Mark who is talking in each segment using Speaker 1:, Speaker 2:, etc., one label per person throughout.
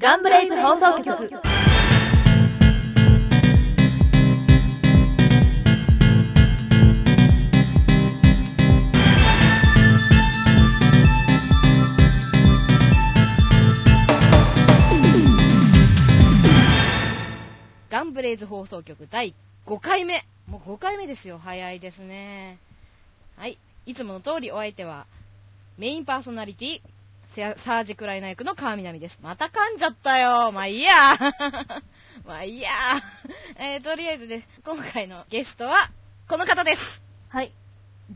Speaker 1: ガンブレイブ放送局。ガンブレイズ放送局第5回目。もう5回目ですよ。早いですね。はい。いつもの通りお相手は、メインパーソナリティ、セアサージクライナ役の川南です。また噛んじゃったよ。まあいいや。 まあいいや。えー、とりあえずです。今回のゲストは、この方です。
Speaker 2: はい。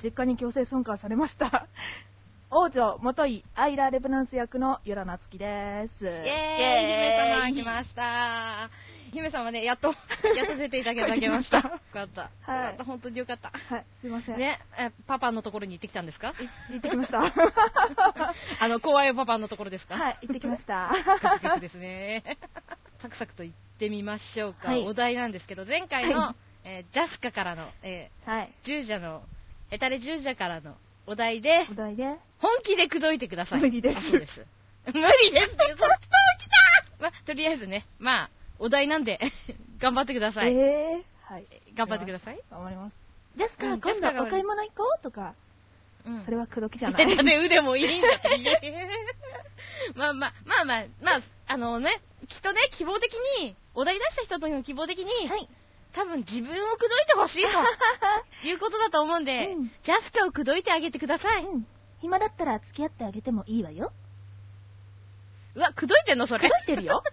Speaker 2: 実家に強制損壊されました。 王女、元井、アイラ・レブナンス役のゆらなつきです。イ
Speaker 1: イェーイ姫様来ました。姫様ね、や っと、やっと出ていただけました。よ
Speaker 2: 帰って
Speaker 1: かった。よ
Speaker 2: はい
Speaker 1: かった。本当によかった。
Speaker 2: す。はい、すいません。
Speaker 1: ね、えパパのところに行ってきたんですか
Speaker 2: 行ってき ました。は
Speaker 1: あの、怖いパパのところですか
Speaker 2: い、行ってきま した。
Speaker 1: サクサクですね。サクサクと行ってみましょうか。
Speaker 2: はい
Speaker 1: お題なんですけど、前回の、
Speaker 2: はい
Speaker 1: えージャスカからの、え
Speaker 2: はい、
Speaker 1: ー、従者の、ヘタレ従者からのお題で
Speaker 2: お、題で。
Speaker 1: 本気で口説いてください。
Speaker 2: 無理です
Speaker 1: あそうです。無理ですって、そっちと来たまあ、とりあえずね、まあ、お題なんで、 頑張ってください。
Speaker 2: えー、はい。
Speaker 1: 頑張ってください。
Speaker 2: 頑張ります。ですから、
Speaker 1: うんジャスカ
Speaker 2: 今
Speaker 1: が
Speaker 2: 度お買い物行こうとか、
Speaker 1: うん
Speaker 2: そ れは口説きじゃな
Speaker 1: で、
Speaker 2: い。
Speaker 1: で、腕もいいんだって。いやいや まあまあ、まあまあ、まあ、あのね、きっとね、希望的に、お題出した人との希望的に、
Speaker 2: はい。
Speaker 1: 多分自分を口説いてほしいということだと思うんで、
Speaker 2: うん
Speaker 1: ジャスカを口説いてあげてください。
Speaker 2: うん。暇だったら付き合ってあげてもいいわ よ。
Speaker 1: うわ、口説いてんのそれ。
Speaker 2: 口説いて るよ。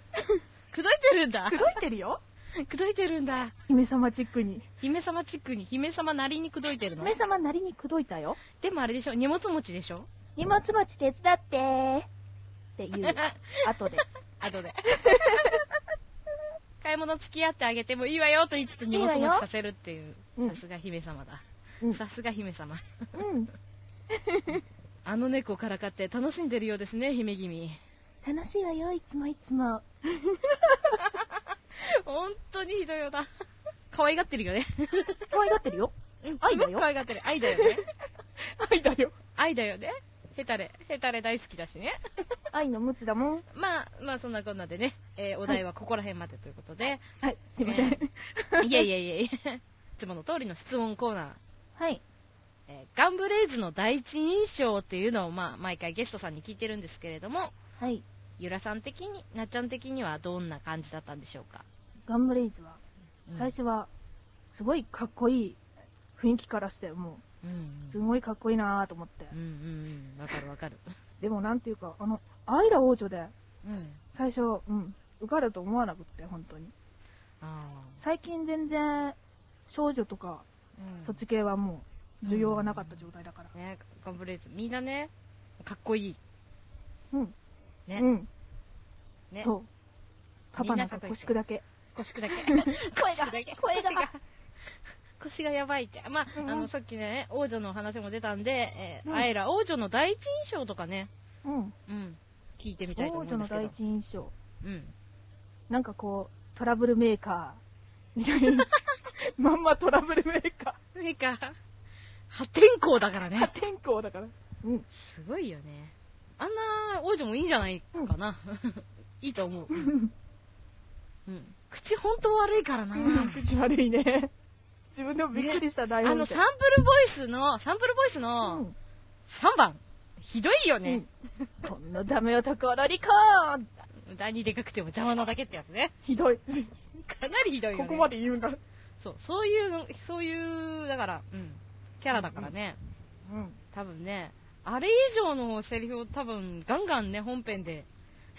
Speaker 1: 口説いてるんだ
Speaker 2: 口。説いてる よ。
Speaker 1: 口説いてるんだ。
Speaker 2: 姫様チックに。
Speaker 1: 姫様地区に姫様なりに口説いてるの
Speaker 2: 姫。様なりに口説いたよ。
Speaker 1: でもあれでしょ、荷物持ちでしょ
Speaker 2: 荷物持ち手伝ってーっていう後 で
Speaker 1: 後で。 買い物付き合ってあげてもいいわよと言いつつ荷物
Speaker 2: いい
Speaker 1: 持
Speaker 2: わ
Speaker 1: ち
Speaker 2: よ
Speaker 1: させるっていう。
Speaker 2: うん
Speaker 1: さすが姫様だ。
Speaker 2: うん
Speaker 1: さすが姫様。
Speaker 2: うん
Speaker 1: あの猫からかって楽しんでるようですね、姫君。
Speaker 2: 楽しいわよいつもいつも
Speaker 1: 本当にひどいようだ。可愛がってるよね。
Speaker 2: 可愛がってるよ
Speaker 1: うん
Speaker 2: 愛だよ
Speaker 1: すごく 可愛がってる。愛だよね。
Speaker 2: 愛だよ
Speaker 1: 愛だよね。ヘタレ。ヘタレ大好きだしね。
Speaker 2: 愛のムチだもん
Speaker 1: まあ、まあそんなこんなでね、えーお題はここら辺までということで、
Speaker 2: はいすいません、
Speaker 1: い、やいやいやいや、いつもの通りの質問コーナー、
Speaker 2: はい
Speaker 1: えーガンブレイズの第一印象っていうのを、まあ、毎回ゲストさんに聞いてるんですけれども、
Speaker 2: はい
Speaker 1: ゆらさん的に、なっちゃん的にはどんな感じだったんでしょうか。
Speaker 2: ガンブレイズは
Speaker 1: うん
Speaker 2: 最初はすごいかっこいい雰囲気からしても
Speaker 1: うん
Speaker 2: う
Speaker 1: う
Speaker 2: す
Speaker 1: ん
Speaker 2: ごいかっこいいなーと思って
Speaker 1: うんうんうん、わかるわかる。
Speaker 2: でもなんていうかあのアイラ王女で
Speaker 1: うん。
Speaker 2: 最初うん受かると思わなくって本当に
Speaker 1: あ
Speaker 2: 最近全然少女とか
Speaker 1: あ、うん
Speaker 2: そっち系はもう需要がなかった状態だから
Speaker 1: ね、ガンブレイズ、みんなね、かっこいい。
Speaker 2: うん
Speaker 1: ね
Speaker 2: うん
Speaker 1: ね。
Speaker 2: そう。パパなんか 腰砕け。
Speaker 1: 腰砕け。
Speaker 2: 声が
Speaker 1: 腰砕け
Speaker 2: 声が
Speaker 1: 腰 腰がやばいって。まあ、
Speaker 2: うん
Speaker 1: あの、さっきね、王女の話も出たんで、えー
Speaker 2: うん
Speaker 1: あえら、王女の第一印象とかね、
Speaker 2: うん。
Speaker 1: うん、聞いてみたいと
Speaker 2: 王
Speaker 1: 思う
Speaker 2: 女
Speaker 1: んで
Speaker 2: の
Speaker 1: すけど。
Speaker 2: 第一印象。
Speaker 1: うん。
Speaker 2: なんかこう、トラブルメーカー。みたい な。まんまトラブルメーカ
Speaker 1: なんか、破天荒だから
Speaker 2: ー。破
Speaker 1: ね。
Speaker 2: 天荒だから。うん。
Speaker 1: すごいよね。あんな王女もいいんじゃないかな。 いいと思う。うん。口ほんと悪いからな。
Speaker 2: 口悪いね。自分でもびっくりした台
Speaker 1: あ
Speaker 2: 本
Speaker 1: の、
Speaker 2: 見
Speaker 1: サ
Speaker 2: て
Speaker 1: ンプルボイスの、サンプルボイス
Speaker 2: う
Speaker 1: の
Speaker 2: ん
Speaker 1: 3番。ひどいよね。
Speaker 2: こんなダメ男ロリコーン
Speaker 1: 無駄にでかくても邪魔なだけってやつね。
Speaker 2: ひどい。
Speaker 1: かなりひどいよね。
Speaker 2: ここまで言うんだ。
Speaker 1: そう、そういうの、そういう、だから、うん、キャラだからね、
Speaker 2: うん。
Speaker 1: 多分ね、あれ以上のセリフを多分、ガンガンね、本編で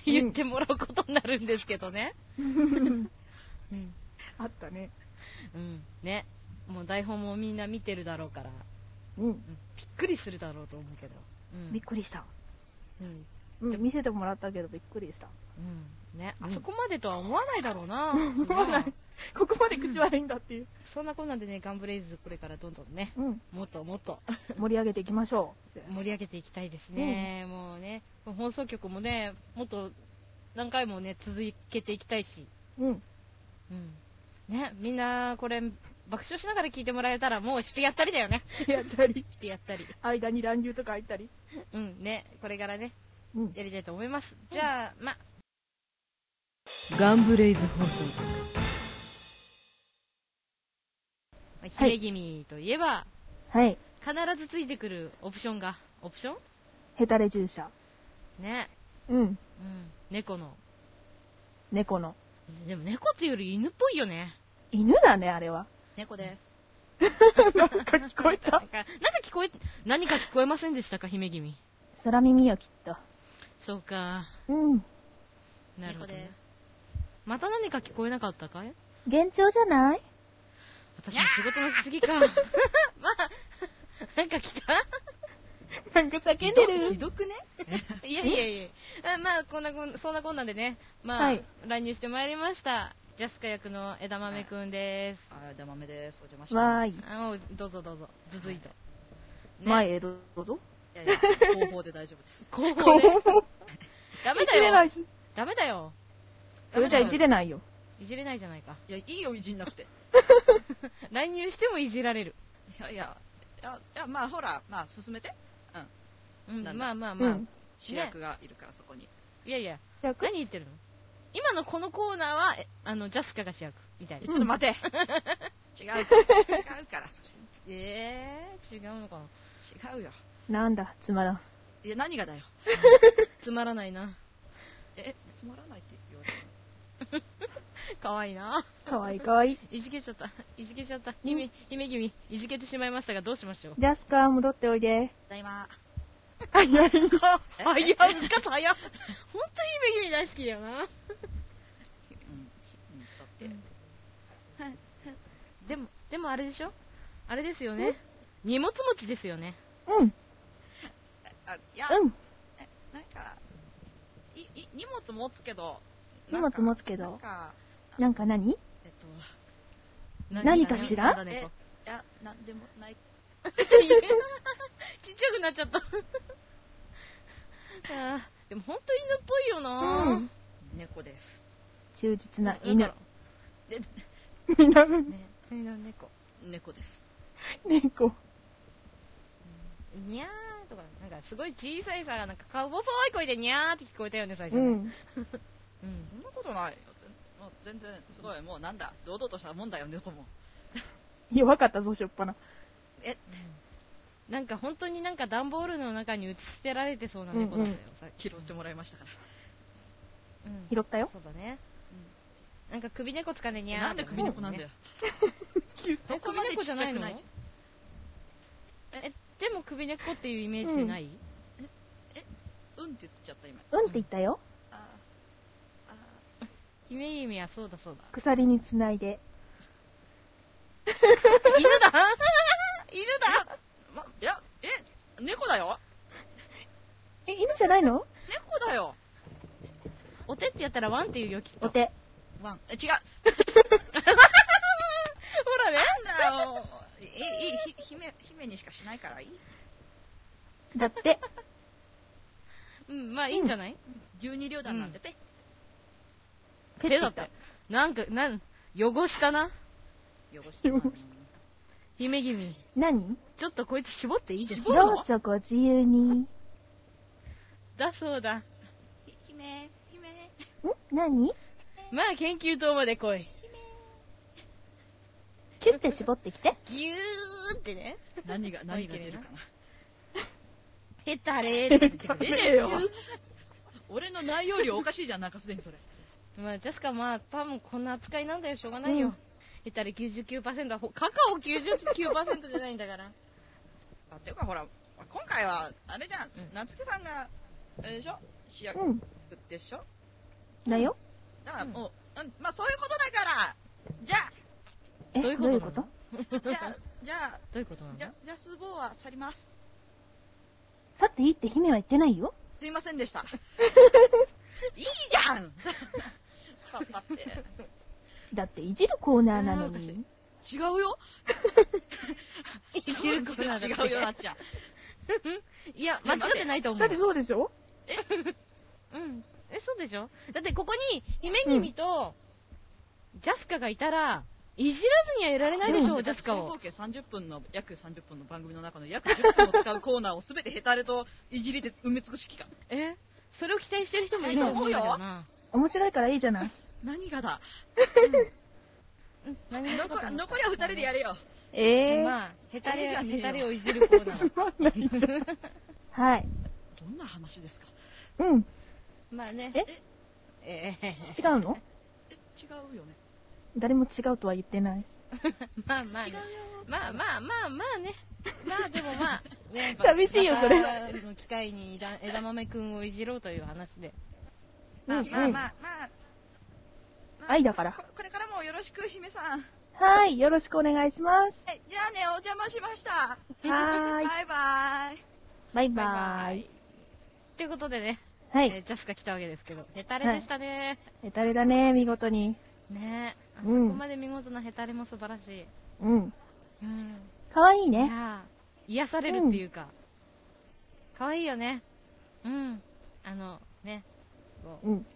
Speaker 1: 言ってもらうことになるんですけどね。 うん。
Speaker 2: あったね。
Speaker 1: うん。ね。もう台本もみんな見てるだろうから、
Speaker 2: う
Speaker 1: う。
Speaker 2: ん
Speaker 1: んびっくりするだろうと思うけど。うん。
Speaker 2: びっくりした。
Speaker 1: うん。
Speaker 2: うん。見せてもらったけどびっくりした。
Speaker 1: うんね、
Speaker 2: うん
Speaker 1: あそこまでとは思わないだろうな。
Speaker 2: 思わない。ここまで口悪いんだっていう。
Speaker 1: そんなこんなんでね、ガンブレイズこれからどんどんね、
Speaker 2: うん。
Speaker 1: もっともっと
Speaker 2: 盛り上げていきましょう。
Speaker 1: 盛り上げていきたいですね、もうね、放送局もね、もっと何回もね、続けていきたいし、
Speaker 2: うん。
Speaker 1: うん、ね、みんなこれ、爆笑しながら聞いてもらえたら、もうしてやったりだよね、
Speaker 2: やったり、
Speaker 1: してや ったり、
Speaker 2: 間に乱流とか入ったり。
Speaker 1: うん、ね、これからね、
Speaker 2: うん。
Speaker 1: やりたいと思います。じゃあ、ま
Speaker 3: ガンブレイズ放送局。
Speaker 1: まあ、姫君といえば、
Speaker 2: はい。
Speaker 1: 必ずついてくるオプションが、オプショ
Speaker 2: ヘタレ注射。
Speaker 1: ンね。
Speaker 2: うん。
Speaker 1: うん。猫の。
Speaker 2: 猫の。
Speaker 1: でも猫っていうより犬っぽいよね。
Speaker 2: 犬だね、あれは。
Speaker 3: 猫です。
Speaker 2: なんか聞こ
Speaker 1: な
Speaker 2: え
Speaker 1: んか、
Speaker 2: た。
Speaker 1: なんか聞こえ、何か聞こえませんでしたか、姫君。
Speaker 2: 空耳よ、きっと。
Speaker 1: そうか。
Speaker 2: うん。
Speaker 1: なるほど
Speaker 3: 猫
Speaker 1: ね、
Speaker 3: です。
Speaker 1: また何か聞こえなかったかい
Speaker 2: 幻聴じゃない
Speaker 1: 私の仕事のしすぎ か。まあ、なんか来た
Speaker 2: なんか叫んで
Speaker 3: ひ
Speaker 2: る。
Speaker 3: どくね
Speaker 1: いやいやいや、あまあこんなこんそんなこんなんでね、まあ、
Speaker 2: はい
Speaker 1: 乱入してまいりました。ジャスカ役の枝豆くんです。
Speaker 3: あー、だまめです。お邪魔し
Speaker 2: わ
Speaker 3: ま
Speaker 2: ー
Speaker 3: す。
Speaker 2: い。
Speaker 1: あおうどうぞどうぞ、ずずいと。
Speaker 2: 前
Speaker 1: ね、
Speaker 2: へどうぞ。
Speaker 3: いやいや、後方で大丈夫です。
Speaker 1: 広
Speaker 2: こ
Speaker 1: 報で。
Speaker 2: う。
Speaker 1: ダメ
Speaker 2: い
Speaker 1: だ
Speaker 2: じれな
Speaker 1: よ。
Speaker 2: いし。
Speaker 1: ダメだよ。
Speaker 2: それじゃいじれないよ。
Speaker 1: いじれないじゃないか。
Speaker 3: いや、いいよ、いじんなくて。い
Speaker 1: 乱入してもいじられる。
Speaker 3: やいや、いや、いやまあほら、まあ進めて。
Speaker 1: うん、
Speaker 3: なんだ
Speaker 1: まあまあ
Speaker 2: う
Speaker 1: まあ。
Speaker 2: ん。
Speaker 3: 主役がいるから、そこに。
Speaker 1: いやいや、
Speaker 2: 逆
Speaker 1: 何言ってるの今のこのコーナーは、えあの、ジャスカが主役、みたい
Speaker 3: え
Speaker 1: な
Speaker 3: ち。ょっと待て。違うから、違うから、そ
Speaker 1: えー、違うのかな。
Speaker 3: れ。違うよ。
Speaker 2: なんだ、つまらん。
Speaker 3: いや、何がだよ。
Speaker 1: つまらないな。
Speaker 3: え、つまらないって言われたの
Speaker 1: かわいいな。
Speaker 2: かわいいかわいい。
Speaker 1: いじけちゃった。いじけちゃった。姫、姫君、いじけてしまいましたが、どうしましょう。
Speaker 2: ジャスカー戻っておいで。
Speaker 3: ただいま。
Speaker 2: はいはい。
Speaker 3: え
Speaker 1: 早 い、復活早い。ほんと姫君大好きだよな。
Speaker 3: うん、うんだって、
Speaker 1: でも、でもあれでしょあれですよね。荷物持ちですよね。
Speaker 2: うん、
Speaker 3: あ、いや、
Speaker 2: うん。
Speaker 3: なんか、い、い、荷物持つけど、
Speaker 2: 荷物持つけど
Speaker 3: なんか、
Speaker 2: なんか何
Speaker 3: えっと、
Speaker 2: 何かしら
Speaker 1: なんだね
Speaker 3: えいや、なんでもない。
Speaker 1: ちっちゃくなっちゃった。 あーでもほんと犬っぽいよな。
Speaker 2: うん。
Speaker 3: 猫です。
Speaker 2: 忠実な
Speaker 1: だ
Speaker 2: 犬
Speaker 1: か。
Speaker 3: で、
Speaker 2: みんな、
Speaker 3: ね、
Speaker 1: ら。犬猫。
Speaker 3: 猫です。
Speaker 2: 猫。
Speaker 1: にゃーとか、なんかすごい小さいさ、なんかか細い声でにゃーって聞こえたよね、最初
Speaker 2: う
Speaker 1: ね。
Speaker 2: ん。
Speaker 1: うん
Speaker 3: そんなことないよ。全もう全然、すごい、もうなんだ、堂々としたもんだよ、猫も。
Speaker 2: 弱かったぞ、しょっぱな。
Speaker 3: え、
Speaker 1: なんか本当になんか段ボールの中に打ち捨てられてそうな猫だったよ、さっき。
Speaker 3: 拾ってもらいましたから。
Speaker 1: うん
Speaker 2: 拾ったよ。
Speaker 1: そうだね。なんか首猫つかんでに
Speaker 3: え
Speaker 1: ゃー
Speaker 3: なんで首猫なんだよ。
Speaker 1: え
Speaker 3: どこまで
Speaker 1: 首猫
Speaker 3: ちっちゃく
Speaker 1: じゃないのえ、でも首猫っていうイメージでない、
Speaker 3: うんって言っちゃった、今。
Speaker 2: うんって言ったよ。
Speaker 3: あーあ
Speaker 1: 姫姫はそうだそう だ。
Speaker 2: 鎖につないで。
Speaker 1: 犬だ犬だ
Speaker 3: ー、ま、いや、え、猫だよ
Speaker 2: え、犬じゃないの
Speaker 3: 猫だよ
Speaker 1: お手ってやったらワンっていうよ、きっと。
Speaker 2: お手。
Speaker 3: ワン。え、違う。
Speaker 1: ほらね。
Speaker 3: なんだよ。いい、いい、ひ姫、姫にしかしないからいい
Speaker 2: だって。
Speaker 1: うん、まあいいんじゃない、
Speaker 3: 十二両弾なんてペッ。
Speaker 2: ペッ
Speaker 1: 手
Speaker 2: て
Speaker 1: だ
Speaker 2: 言
Speaker 1: った。なんか、なん、汚したな。
Speaker 3: 汚してもらう
Speaker 1: 姫君。
Speaker 2: 何
Speaker 1: ちょっとこいつ絞っていいですか
Speaker 3: 絞るの
Speaker 2: どうぞご自由に。ん
Speaker 1: だそうだ。
Speaker 3: ひ 姫、姫。
Speaker 2: 何
Speaker 1: まあ研究棟まで来い。
Speaker 2: キュッて絞ってきて。
Speaker 1: ぎゅーってね。
Speaker 3: 何が、何が出るか
Speaker 1: ヘタレーって言ってく
Speaker 3: な。
Speaker 1: る
Speaker 3: 出ねえよ。俺の内容量おかしいじゃん、なんかすでにそれ。
Speaker 1: まあ、ジャスカ、まあ、多分こんな扱いなんだよ、しょうがないよ。
Speaker 2: うん
Speaker 1: 言ったら99%は、ほカカオ99%じゃないんだから。
Speaker 3: あ、ていうかほら、今回は、あれじゃん
Speaker 1: うん、
Speaker 3: 夏木さんが、あれでしょ主役
Speaker 2: うん。
Speaker 3: でしょ
Speaker 2: だよ。
Speaker 3: だからもう、うん、まあそういうことだから、じゃ
Speaker 2: え、
Speaker 1: ど
Speaker 2: ど
Speaker 1: う
Speaker 2: う
Speaker 1: い
Speaker 2: いうう
Speaker 1: ことなの
Speaker 2: こと
Speaker 3: あ、じゃあ、じゃあ、
Speaker 1: どう いうことなの
Speaker 3: じゃ、ジャスボーは去ります。
Speaker 2: 去っていいって姫は言ってないよ。
Speaker 3: すいません でした。いいじゃんさあ、だって、
Speaker 2: だっていじるコーナーなのに。
Speaker 3: 違うよ
Speaker 1: いけることな
Speaker 3: 違うよ、なっちゃん。
Speaker 1: いや、間違ってないと思う。
Speaker 2: そうでしょ
Speaker 1: うん。え、そうでしょだってここに、姫君と、ジャスカがいたら、いじらずにはいられないでしょ、ジャスカ
Speaker 3: 総
Speaker 1: を
Speaker 3: 合。計30分の、約30分の番組の中の約10分を使うコーナーをすべてヘタレといじりで埋め尽くし期間。
Speaker 1: えそれを期待してる人もいると思うんだけどな。
Speaker 2: 面白いからいいじゃない。
Speaker 3: 何 がだ
Speaker 1: うん、何も
Speaker 3: 残残りは二人でやれよ
Speaker 2: え ー、
Speaker 1: まあ、ヘタ
Speaker 3: いい
Speaker 1: レ、
Speaker 3: じゃねえよ
Speaker 1: ヘタレをいじるコー ナー。
Speaker 2: はい。
Speaker 3: どんな話ですか
Speaker 2: うん。
Speaker 1: まあね。
Speaker 2: え
Speaker 1: え え
Speaker 2: 違うの
Speaker 3: え違うよね
Speaker 2: 誰も違うとは言ってない。
Speaker 1: まあまあ、ね
Speaker 3: 違う、よ
Speaker 1: まあまあまあまあね。まあでも まあ、ね、
Speaker 2: 寂しいよそれ
Speaker 1: またの機会に枝枝豆くんをいじろうという話で。
Speaker 3: まあ
Speaker 2: うん
Speaker 3: まあ
Speaker 2: うん
Speaker 3: まあまあまあ
Speaker 2: 愛だから
Speaker 3: ここれからもよろしく姫さん
Speaker 2: はい。よろしくお願いします。
Speaker 3: はいじゃあねお邪魔しました
Speaker 2: はーい。
Speaker 3: バイバイ
Speaker 2: バイバーイ。
Speaker 1: ということでね、
Speaker 2: は
Speaker 1: え
Speaker 2: い。
Speaker 1: ージャスカ来たわけですけど、ヘタレでしたね。
Speaker 2: ヘタレだね、見事に。
Speaker 1: ねえ、あそこ
Speaker 2: うん
Speaker 1: まで見事なヘタレも素晴らしい。
Speaker 2: うん。
Speaker 1: うん。
Speaker 2: かわいい
Speaker 1: いや
Speaker 2: ね。
Speaker 1: ー癒されるっていうか、可愛いよね。うん。あの、ね、こ
Speaker 2: うん。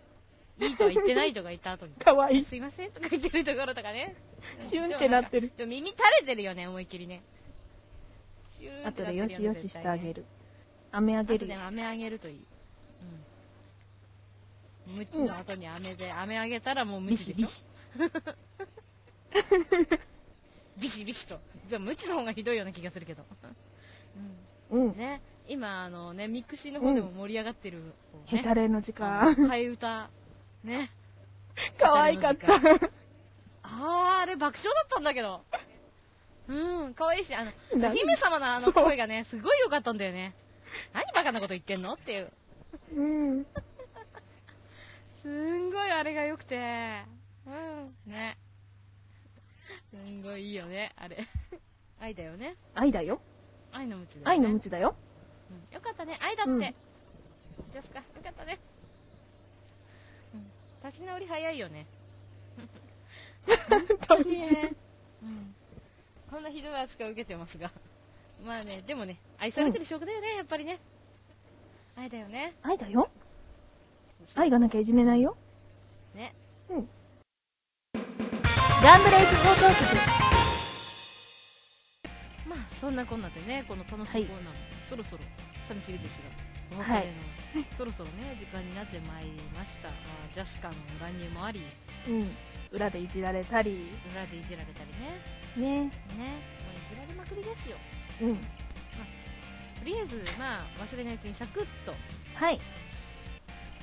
Speaker 1: ういいとは言ってないとか言った後に、
Speaker 2: かわいい。
Speaker 1: すいませんとか言ってるところとかね。
Speaker 2: シュンってなってる。
Speaker 1: でも耳垂れてるよね、思いっきりね。シューン
Speaker 2: あ
Speaker 1: って
Speaker 2: と
Speaker 1: なっ
Speaker 2: で
Speaker 1: てる
Speaker 2: よ
Speaker 1: ね
Speaker 2: しよししてあげ。る。飴あ
Speaker 1: 絶対ね
Speaker 2: げ
Speaker 1: あと
Speaker 2: る
Speaker 1: で。飴あげるといい。うん。ムチの後に飴で、飴あげたらもうム
Speaker 2: ビ
Speaker 1: チ
Speaker 2: シ
Speaker 1: でし
Speaker 2: ビ
Speaker 1: ょ
Speaker 2: シ。
Speaker 1: ビシビシと。でもムチの方がひどいような気がするけど。
Speaker 2: う
Speaker 1: うん。
Speaker 2: ん。
Speaker 1: ね、今、あのね、ミクシーの方でも盛り上がってる、
Speaker 2: ヘ
Speaker 1: ね。
Speaker 2: タレの時
Speaker 1: あ
Speaker 2: 間。
Speaker 1: の替え歌。ね。
Speaker 2: かわいかっ
Speaker 1: ヘ
Speaker 2: た。
Speaker 1: あー、あれ爆笑だったんだけど。うん、可愛いし、あの、
Speaker 2: なんで
Speaker 1: 姫様のあ
Speaker 2: そ
Speaker 1: の
Speaker 2: う
Speaker 1: 声がね、すごい良かったんだよね。何バカなこと言ってんのっていう。
Speaker 2: うん。
Speaker 1: すんごいあれが良くて。うん。ね。すんごいいいよね、あれ。愛だよね。
Speaker 2: 愛だよ。
Speaker 1: 愛のムチだよね。
Speaker 2: 愛の無知だよ。
Speaker 1: うんよかったね、愛だって。
Speaker 2: うん
Speaker 1: ですか、よかったね。うん。立ち直り早いよ ね。
Speaker 2: 楽しい
Speaker 1: ね、うん、こんなひどい扱いを受けてますが、まあね、でもね、愛されてる証拠だよね、やっぱりね。愛だよね。
Speaker 2: 愛だよ。愛がなきゃいじめないよ。
Speaker 1: ね。
Speaker 2: うん。ガンブレイク放送局。
Speaker 1: まあ、そんなこんなでね、この楽しいコーナーも、そろそろ、寂しいですが、お別れの、
Speaker 2: はい
Speaker 1: そろそろね、時間になってまいりました。まあ、ジャスカの乱入もあり、
Speaker 2: うん。裏でいじられたり、
Speaker 1: 裏でいじられたりね、ね、もう
Speaker 2: ね。
Speaker 1: いじられまくりですよ。
Speaker 2: うん。
Speaker 1: とりあえず、まあ、忘れないうちにサクッと、
Speaker 2: はい。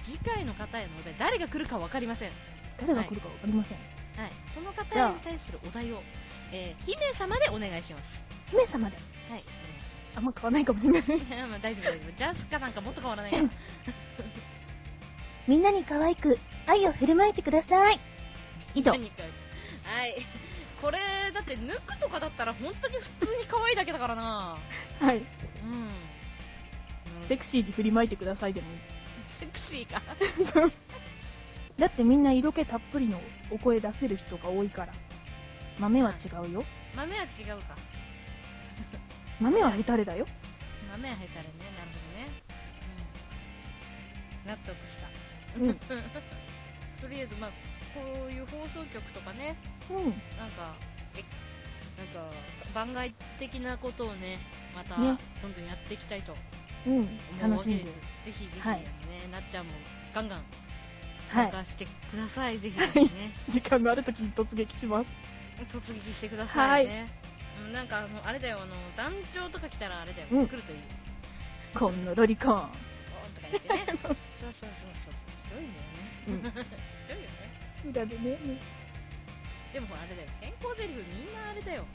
Speaker 1: 次回の方へのお題、誰が来るか分かりません。
Speaker 2: 誰が来るかわかりません。
Speaker 1: はい、その方に対するお題を、えー、姫様でお願いします。
Speaker 2: 姫様で。
Speaker 1: はい、
Speaker 2: あんま買わないかもしれない。
Speaker 1: お願いし ます。まあ大丈夫大丈夫。ジャスカなんかもっと変わらないから。
Speaker 2: みんなに可愛く愛を振る舞いてください。以上。
Speaker 1: 何かはい。これ、だって、抜くとかだったら、本当に普通に可愛いだけだからな。
Speaker 2: はい。
Speaker 1: うん。
Speaker 2: セクシーに振りまいてくださいでもいい。
Speaker 1: セクシーか。
Speaker 2: だってみんな色気たっぷりのお声出せる人が多いから。豆は違うよ。
Speaker 1: 豆は違うか。
Speaker 2: 豆はヘタレだよ。
Speaker 1: 豆は入ったらね、なるほどね。うん。納得した。
Speaker 2: うん。うん。
Speaker 1: とりあえず、まあ、こういう放送局とかね、なんか、えなんか番外的なことをね、またどん
Speaker 2: ね
Speaker 1: どんやっていきたいと
Speaker 2: うん。
Speaker 1: 思う
Speaker 2: 楽
Speaker 1: わ
Speaker 2: し
Speaker 1: け
Speaker 2: ん
Speaker 1: で。。
Speaker 2: です
Speaker 1: ぜひぜひ、
Speaker 2: はい
Speaker 1: あのね、なっちゃんもガンガン
Speaker 2: は
Speaker 1: 参
Speaker 2: い。
Speaker 1: 加してください、ぜひぜひね、
Speaker 2: 時間のある時に突撃します。
Speaker 1: 突撃してくださいね。うんなんかあの、あれだよ、あの団長とか来たらあれだよ、
Speaker 2: うん
Speaker 1: 来るといいよ
Speaker 2: このロリコン。
Speaker 1: おーとか言ってね、そうそうそうそう、ひどいんだよね、
Speaker 2: うん。
Speaker 1: ひどいよね。
Speaker 2: 裏でね。
Speaker 1: でもほらあれだよ、変更台詞みんなあれだよ。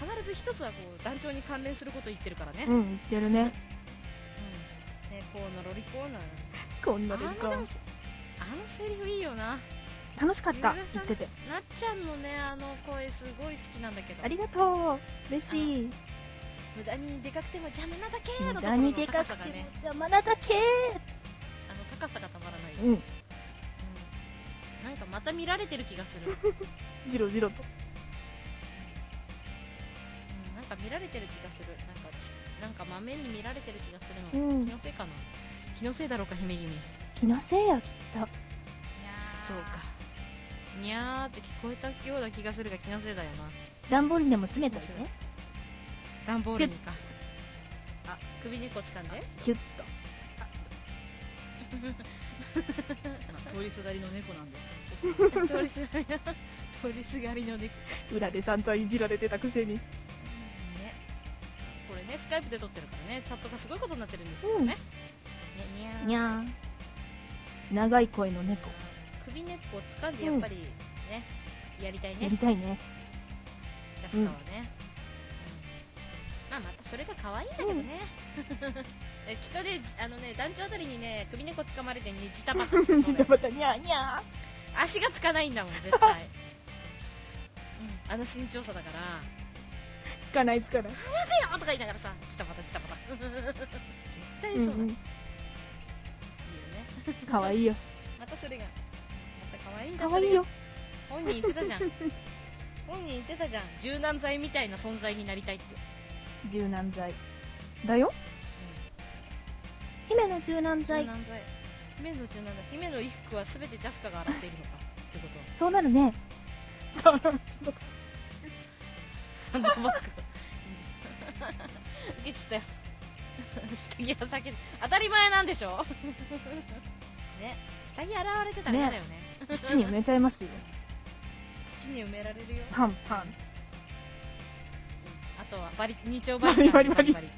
Speaker 1: 必ず一つはこう団長に関連すること言ってるからね。
Speaker 2: うん、言ってるね。
Speaker 1: うんね、このロリコーナー
Speaker 2: こん
Speaker 1: あ
Speaker 2: なロリコ
Speaker 1: のでも
Speaker 2: ン。
Speaker 1: あのセリフいいよな
Speaker 2: 楽しかった。
Speaker 1: 許さ
Speaker 2: 言
Speaker 1: ない
Speaker 2: ってて。
Speaker 1: なっちゃんのねあの声すごい好きなんだけど
Speaker 2: ありがとう。嬉しい。
Speaker 1: 無駄にでかくても邪魔なだけの
Speaker 2: 無
Speaker 1: ところ
Speaker 2: 駄に
Speaker 1: の
Speaker 2: で
Speaker 1: 高
Speaker 2: か
Speaker 1: さ
Speaker 2: く
Speaker 1: が
Speaker 2: ても
Speaker 1: ね
Speaker 2: 邪魔なだけ。
Speaker 1: あの高さがたまらない、うん
Speaker 2: うん。
Speaker 1: なんかまた見られてる気がする、うん
Speaker 2: ジロジロと。
Speaker 1: うんなんか見られてる気がするなんかちなんか豆に見られてる気がするの、
Speaker 2: うん
Speaker 1: 気のせいかな気のせいだろうか姫君
Speaker 2: 気のせいよ、きっと。
Speaker 1: そうかにゃーって聞こえたような気がするが気のせいだよな
Speaker 2: 段ボールでも詰めといて。
Speaker 1: 段ボールにかあ首根っこ掴んで
Speaker 2: キュッと。
Speaker 3: まあ通りすがりの猫なんです
Speaker 1: 通りすがりの、通りすがりの猫。ね。
Speaker 2: 裏で散々いじられてたくせに。
Speaker 1: これね、スカイプで撮ってるからね、チャットがすごいことになってるんですけどね。ね、にゃー
Speaker 2: にゃー。長い声の猫。
Speaker 1: 首根っこを掴んでやっぱりね、やりたい
Speaker 2: や
Speaker 1: ね
Speaker 2: り、たい ね。
Speaker 1: ラストはね、まあまたそれが可愛いんだけどね、えきっとねあのね団長あたりにね首根っこ掴まれて にじたばっかりして
Speaker 2: じ
Speaker 1: そう
Speaker 2: ゃ
Speaker 1: だよ
Speaker 2: あまたにゃーにゃ
Speaker 1: 足がつかないんだもん絶 対、うん、あの身長差だから「
Speaker 2: ー。つかないつかない。
Speaker 1: 早くよ!」とか言いながらさじたばたじたばた絶対そうだ、
Speaker 2: うんう
Speaker 1: いいよね
Speaker 2: んかわいいよ。
Speaker 1: またそれがまた可愛いんだ
Speaker 2: かわいいよ。
Speaker 1: それが本人言ってたじゃ ん本人言ってたじゃん柔軟剤みたいな存在になりたいって
Speaker 2: 柔軟剤。だよ。姫の柔軟
Speaker 1: 柔
Speaker 2: 剤。
Speaker 1: 軟剤姫の柔軟剤姫の衣服は全てジャスカが洗っているのかってことは
Speaker 2: そうなるね。そうなる。
Speaker 1: サンドバッグ受けちゃったよ下着は避ける当たり前なんでしょね下着洗われてたら嫌だよね
Speaker 2: 土に埋めちゃいますよ。
Speaker 1: 土に埋められるよ
Speaker 2: パンパン。
Speaker 1: あとはバリ二丁バリカ
Speaker 2: バ
Speaker 1: ー
Speaker 2: リ
Speaker 1: で
Speaker 2: バリ
Speaker 1: バリバ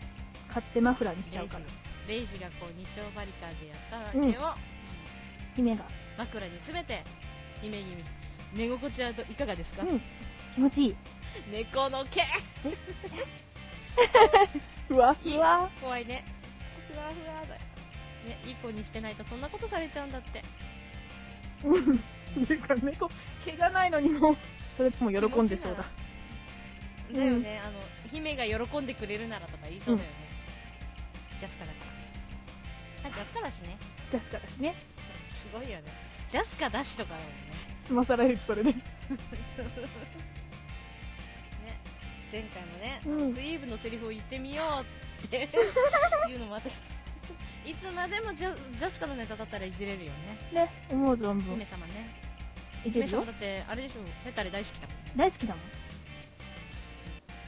Speaker 2: 買ってマフラーにし
Speaker 1: リ
Speaker 2: ちゃうから。
Speaker 1: レイジがこう二丁バリカーでやった毛を、
Speaker 2: うん姫が。
Speaker 1: 枕に詰めて姫君寝心地はどいかがですか、
Speaker 2: うん。気持ちいい。
Speaker 1: 猫の毛
Speaker 2: ふわふわ。
Speaker 1: 怖いねふわふわだよねいい子にしてないとそんなことされちゃうんだって
Speaker 2: ていうか猫、毛がないのにもう、それとも喜んでそうだ。
Speaker 1: だよね、あの姫が喜んでくれるならとか言いそうだよね、ジャスカだからあジャスカだしね
Speaker 2: ジャスカだしね。
Speaker 1: すごいよねジャスカだしとかだよね
Speaker 2: 済まされるそれで。
Speaker 1: ね前回もね、
Speaker 2: うん
Speaker 1: あのクイーブのセリフを言ってみようって いうのも私いつまでもジャジャスカのネタだったらいじれるよね
Speaker 2: ね、思う存分
Speaker 1: 姫。様ね
Speaker 2: いけ
Speaker 1: 姫
Speaker 2: る
Speaker 1: 様
Speaker 2: よ
Speaker 1: だ。ってあれでしょヘタレ大好きだもんね
Speaker 2: 大好きだもん。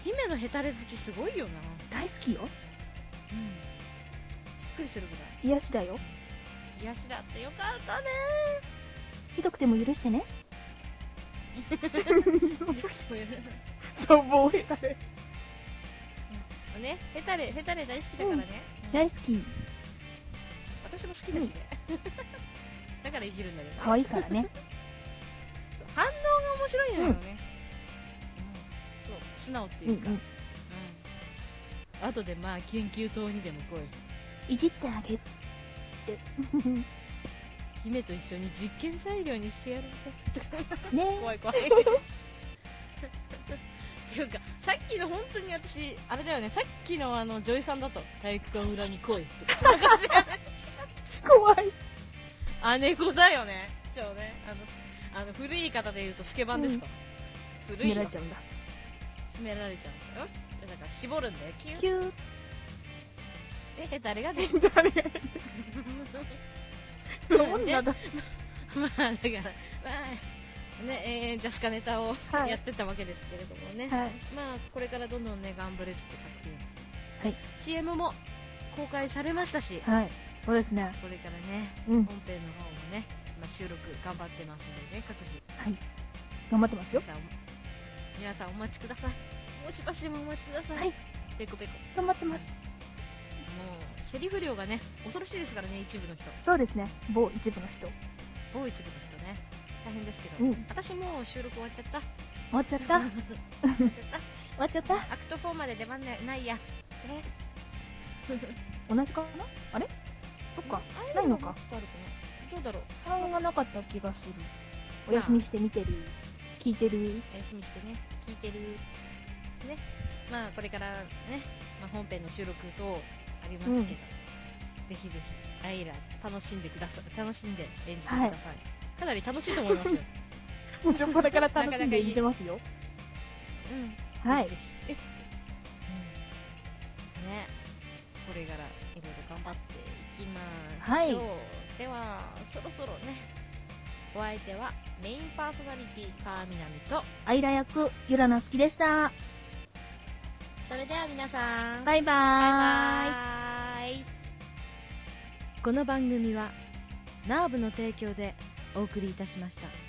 Speaker 1: 姫のヘタレ好きすごいよな
Speaker 2: 大好きよ。
Speaker 1: うんびっくりするぐらい
Speaker 2: 癒しだよ。
Speaker 1: 癒しだってよかったね
Speaker 2: ひどくても許してね。
Speaker 1: ね
Speaker 2: そう、もうヘタレ。
Speaker 1: ヘタレヘタレ大好きだからね、
Speaker 2: 大好き。
Speaker 1: 私も好きだしね、 だからいじるんだけど
Speaker 2: 可愛いからね。
Speaker 1: 反応が面白いのよね、そう素直って
Speaker 2: うん
Speaker 1: いううか、うん
Speaker 2: ん。
Speaker 1: 後でまあ研究棟にでも来い
Speaker 2: いじってあげて。
Speaker 1: 姫と一緒に実験材料にしてやるぞ
Speaker 2: ね
Speaker 1: 怖い怖いっていうかさっきの本当に私あれだよねさっきのあの女優さんだと体育館裏に来いってそんな感じだよね
Speaker 2: 怖い。
Speaker 1: あ猫だよね一応ねあのあの古い言い方で言うとスケバンですか、
Speaker 2: 締
Speaker 1: 古
Speaker 2: め
Speaker 1: い
Speaker 2: ら
Speaker 1: よ
Speaker 2: れちゃうんだ。
Speaker 1: 詰められちゃうんだよだから絞るんだよキュ
Speaker 2: キュ
Speaker 1: ーって誰が出る
Speaker 2: ー。 誰がどんな だ。
Speaker 1: まあだからまあねえージャスカネタを
Speaker 2: はい
Speaker 1: やってたわけですけれどもね、
Speaker 2: はい。
Speaker 1: まあこれからどんどんね頑張れつって作品、
Speaker 2: はい、
Speaker 1: CM も公開されましたし、
Speaker 2: はい。そうですね。
Speaker 1: これからね
Speaker 2: うん。
Speaker 1: 本編の方もね今収録頑張ってますんでね各自
Speaker 2: はい。頑張ってますよ
Speaker 1: 皆。さん皆さんお待ちくださいもうしばしもお待ちください、
Speaker 2: はい
Speaker 1: ペコペコも
Speaker 2: 頑張ってます。
Speaker 1: うセリフ量がね恐ろしいですからね一部の人
Speaker 2: そうですね。某一部の人。
Speaker 1: 某一部の人ね大変ですけど、
Speaker 2: うん
Speaker 1: 私もう収録終わっちゃった
Speaker 2: 終わっちゃった。終
Speaker 1: 終わっちゃった
Speaker 2: わっちゃった。
Speaker 1: アクト4まで出番ないないや。え
Speaker 2: 同じかなあれそっか。ないの
Speaker 1: あ
Speaker 2: か。
Speaker 1: るかなどうだろう
Speaker 2: 3がなかった気がする。お休みして見てる。聞いてる。
Speaker 1: お休みしてね、聞いてる。ね。まあ、これからね、まあ、本編の収録等ありますけど、
Speaker 2: うん
Speaker 1: ぜひぜひ、アイラ、楽しんでください。楽しんで演じてください。
Speaker 2: はい
Speaker 1: かなり楽しいと思います よ。
Speaker 2: もうしょっぱなから楽しんで見てますよ。
Speaker 1: うん。
Speaker 2: はい
Speaker 1: ぜ。ひぜひ。うんね。これから、いろいろ頑張っていきましょう。では、そろそろね、お相手は、メインパーソナリティ、川南と、
Speaker 2: アイラ役、ゆらなつきでした。
Speaker 1: それでは皆さん、
Speaker 2: バイバーイ。
Speaker 1: この番組はナーブの提供でお送りいたしました。